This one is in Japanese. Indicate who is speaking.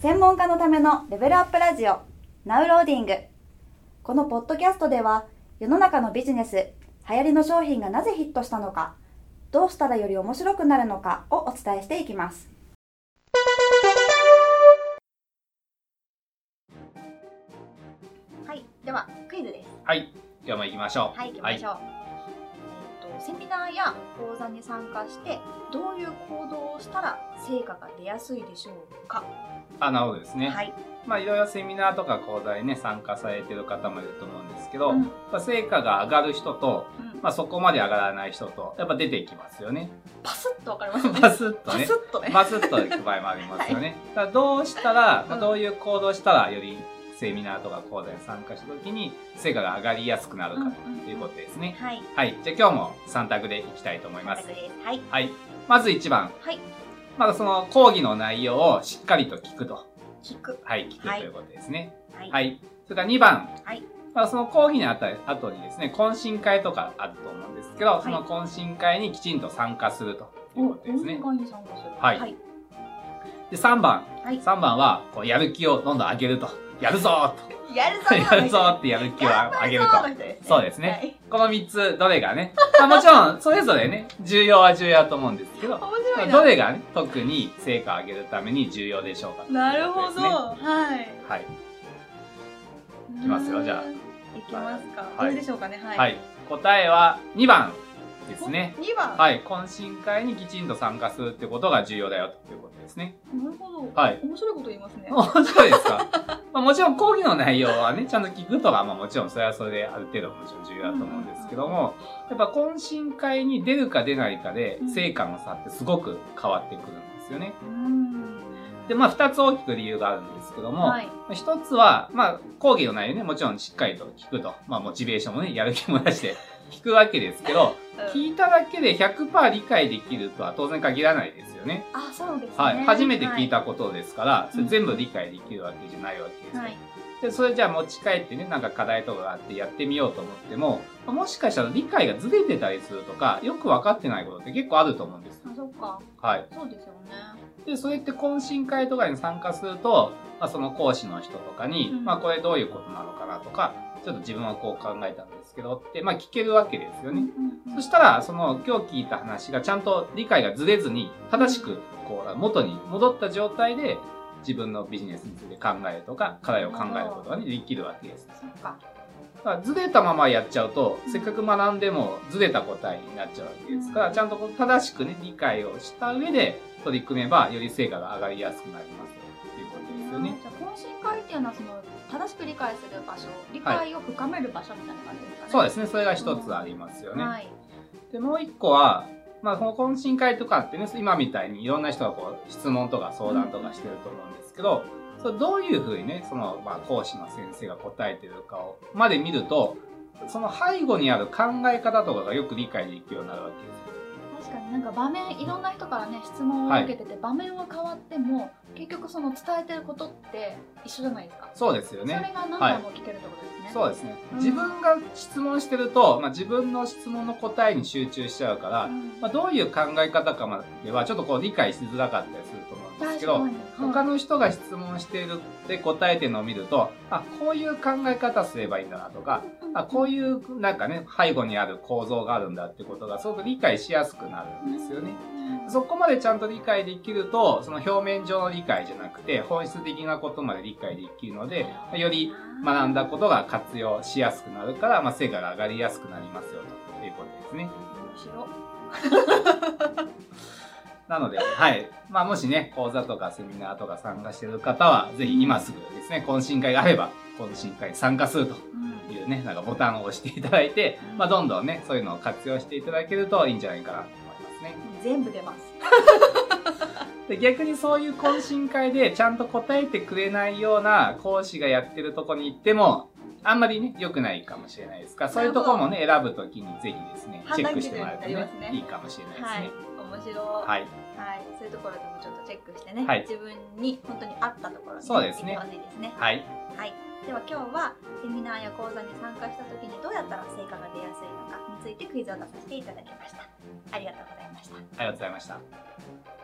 Speaker 1: 専門家のためのレベルアップラジオナウローディングこのポッドキャストでは世の中のビジネス流行りの商品がなぜヒットしたのかどうしたらより面白くなるのかをお伝えしていきますはいではクイズです
Speaker 2: はい、今日も行きましょう。
Speaker 1: はい、行きましょう。えっとセミナーや講座に参加してどういう行動をしたら成果が出やすいでしょうか。
Speaker 2: あ、なるほどですね。
Speaker 1: はい。
Speaker 2: まあ、いろいろセミナーとか講座にね、参加されてる方もいると思うんですけど、
Speaker 1: うん
Speaker 2: まあ、成果が上がる人と、
Speaker 1: うん
Speaker 2: まあ、そこまで上がらない人と、やっぱ出てきますよ ね。
Speaker 1: パスッとわかりますよね。
Speaker 2: パスッと
Speaker 1: パ
Speaker 2: ね
Speaker 1: ス。ッとね。
Speaker 2: バスッと行く場合もありますよ ね。だからどうしたら、ま
Speaker 1: う
Speaker 2: あ、
Speaker 1: ん
Speaker 2: どういう行動したら、よりセミナーとか講座に参加した時に、成果が上がりやすくなるかということですね。
Speaker 1: はい。
Speaker 2: はい、じゃあ今日も3択でいきたいと思います
Speaker 1: 全。くですはい。
Speaker 2: はい。まず1番。
Speaker 1: はい。
Speaker 2: まあ、その講義の内容をしっかりと聞くと。
Speaker 1: 聞く。
Speaker 2: はい、聞く
Speaker 1: はい
Speaker 2: ということですね。
Speaker 1: はい。
Speaker 2: はい。それから2番。
Speaker 1: はい
Speaker 2: まあ、その講義のあた後にですね、懇親会とかあると思うんですけど、その懇親会にきちんと参加するということですね。
Speaker 1: 会に参加する。
Speaker 2: はい
Speaker 1: はい。
Speaker 2: で、3番。
Speaker 1: はい
Speaker 2: 3番は、こう、やる気をどんどん上げると。やるぞ
Speaker 1: やるぞ
Speaker 2: ー
Speaker 1: ー。
Speaker 2: とやるぞーってやる気を上げる
Speaker 1: やる。ぞー
Speaker 2: と
Speaker 1: の人ですね。
Speaker 2: そうですねこの3つ、どれがね、まあ、もちろん、それぞれね、重要は重要だと思うんですけど、
Speaker 1: はい。面白いな。
Speaker 2: どれがね、特に成果を上げるために重要でしょうかという
Speaker 1: なるほ
Speaker 2: こと
Speaker 1: ど。
Speaker 2: ですね
Speaker 1: はい。
Speaker 2: はい。いきますよじゃあ
Speaker 1: うーんいきますか。
Speaker 2: はい
Speaker 1: どれでしょうかね。はい。
Speaker 2: はい。答えは2番ですね。
Speaker 1: 二番。
Speaker 2: はい。懇親会にきちんと参加するってことが重要だよということですね。
Speaker 1: なるほど。
Speaker 2: はい。
Speaker 1: 面白いこと言いますね。
Speaker 2: 面白いです かまあもちろん講義の内容はね、ちゃんと聞くとか、まあもちろんそれはそれである程度もちろん重要だと思うんですけども、やっぱ懇親会に出るか出ないかで
Speaker 1: うん
Speaker 2: 成果の差ってすごく変わってくるんですよね。
Speaker 1: うーん。
Speaker 2: で、まあ二つ大きく理由があるんですけども、
Speaker 1: はい。
Speaker 2: 一つは、まあ、講義の内容ね、もちろんしっかりと聞くと、まあ、モチベーションもね、やる気も出して聞くわけですけど、
Speaker 1: うん
Speaker 2: 聞いただけで100%理解できるとは当然限らないですよね。
Speaker 1: あ、そうですね。
Speaker 2: はい。初めて
Speaker 1: は
Speaker 2: 聞いたことですから、それ
Speaker 1: うん
Speaker 2: 全部理解できるわけじゃないわけですよ。
Speaker 1: はい。
Speaker 2: で、それじゃあ持ち帰ってね、なんか課題とかがあってやってみようと思っても、もしかしたら理解がずれてたりするとか、よく分かってないことって結構あると思うんです。
Speaker 1: あ、そっか。
Speaker 2: はい。
Speaker 1: そうですよね。
Speaker 2: で、それって懇親会とかに参加すると、まあ、その講師の人とかに、
Speaker 1: うん
Speaker 2: まあこれどういうことなのかなとか、ちょっと自分はこう考えたんですけどって、まあ聞けるわけですよね。
Speaker 1: うんうん
Speaker 2: そしたら、その今日聞いた話がちゃんと理解がずれずに、正しく、こう、元に戻った状態で、自分のビジネスについて考えるとか、課題を考えることが、ね、できるわけです。
Speaker 1: そっか。
Speaker 2: だからずれたままやっちゃうと、
Speaker 1: うん
Speaker 2: せっかく学んでもずれた答えになっちゃうわけですか
Speaker 1: う
Speaker 2: ら、
Speaker 1: ん
Speaker 2: ちゃんとこう正しくね、理解をした上で取り組めば、より成果が上がりやすくなりますよということですよね。
Speaker 1: じゃあ懇親会っていうのはその正しく理解する場所、理解を深める場所みたいな感じですかね。
Speaker 2: そう
Speaker 1: で
Speaker 2: ですね。それが一つありますよね。
Speaker 1: はい。
Speaker 2: で、もう一個は、まあ、この懇親会とかってね、今みたいにいろんな人がこう、質問とか相談とかしてると思うんですけど、それどういうふうにね、その、まあ、講師の先生が答えてるかを、まで見ると、その背後にある考え方とかがよく理解できるようになるわけです
Speaker 1: 確
Speaker 2: よ。
Speaker 1: かになんか場面いろんな人からね質問を受けてて、場面は変わっても結局その伝えてることって一緒じゃないですか。
Speaker 2: そうですよ
Speaker 1: そ
Speaker 2: ね。
Speaker 1: れが何回も聞けるってことですね。
Speaker 2: そうですね
Speaker 1: う。ん
Speaker 2: 自分が質問してると、まあ、自分の質問の答えに集中しちゃうから、
Speaker 1: うん
Speaker 2: まあ、どういう考え方かまではちょっとこう理解しづらかったりすると思うんですけど、
Speaker 1: 確
Speaker 2: 他
Speaker 1: かに
Speaker 2: の人が質問しているで答えてるのを見ると、あ、こういう考え方すればいいんだなとか、あ、こういうなんかね、背後にある構造があるんだってことがすごく理解しやすくなるんですよね。
Speaker 1: うん
Speaker 2: そこまでちゃんと理解できると、その表面上の理解じゃなくて、本質的なことまで理解できるので、より学んだことが活用しやすくなるから、まあ、成果が上がりやすくなりますよということですね。
Speaker 1: 面白い
Speaker 2: なので、はい。まあ、もしね、講座とかセミナーとか参加してる方は、ぜひ今すぐですね、懇親会があれば、懇親会に参加すると
Speaker 1: うん
Speaker 2: いうね、なんかボタンを押していただいて、まあ、どんどんね、そういうのを活用していただけるといいんじゃないかなと思いますね。
Speaker 1: 全部出ます。
Speaker 2: で逆にそういう懇親会でちゃんと答えてくれないような講師がやってるとこに行ってもあんまりね良くないかもしれないですからそういうとこもね選ぶときにぜひですね
Speaker 1: 判
Speaker 2: チェッ
Speaker 1: 断
Speaker 2: ク
Speaker 1: 基
Speaker 2: して
Speaker 1: 準
Speaker 2: もらえるとね
Speaker 1: になりますね
Speaker 2: いいかもしれな
Speaker 1: はいい
Speaker 2: ですね。
Speaker 1: 面白い。
Speaker 2: はい、
Speaker 1: はい、そういうところでもちょっとチェックしてね、
Speaker 2: はい
Speaker 1: 自分に本当に合ったところに、
Speaker 2: そうですね
Speaker 1: 行ってほしいですね。
Speaker 2: はい、
Speaker 1: はい、では今日はセミナーや講座に参加した時にどうやったら成果が出やすいのかについてクイズを出させていただきました。ありがとうございました。
Speaker 2: ありがとうございました。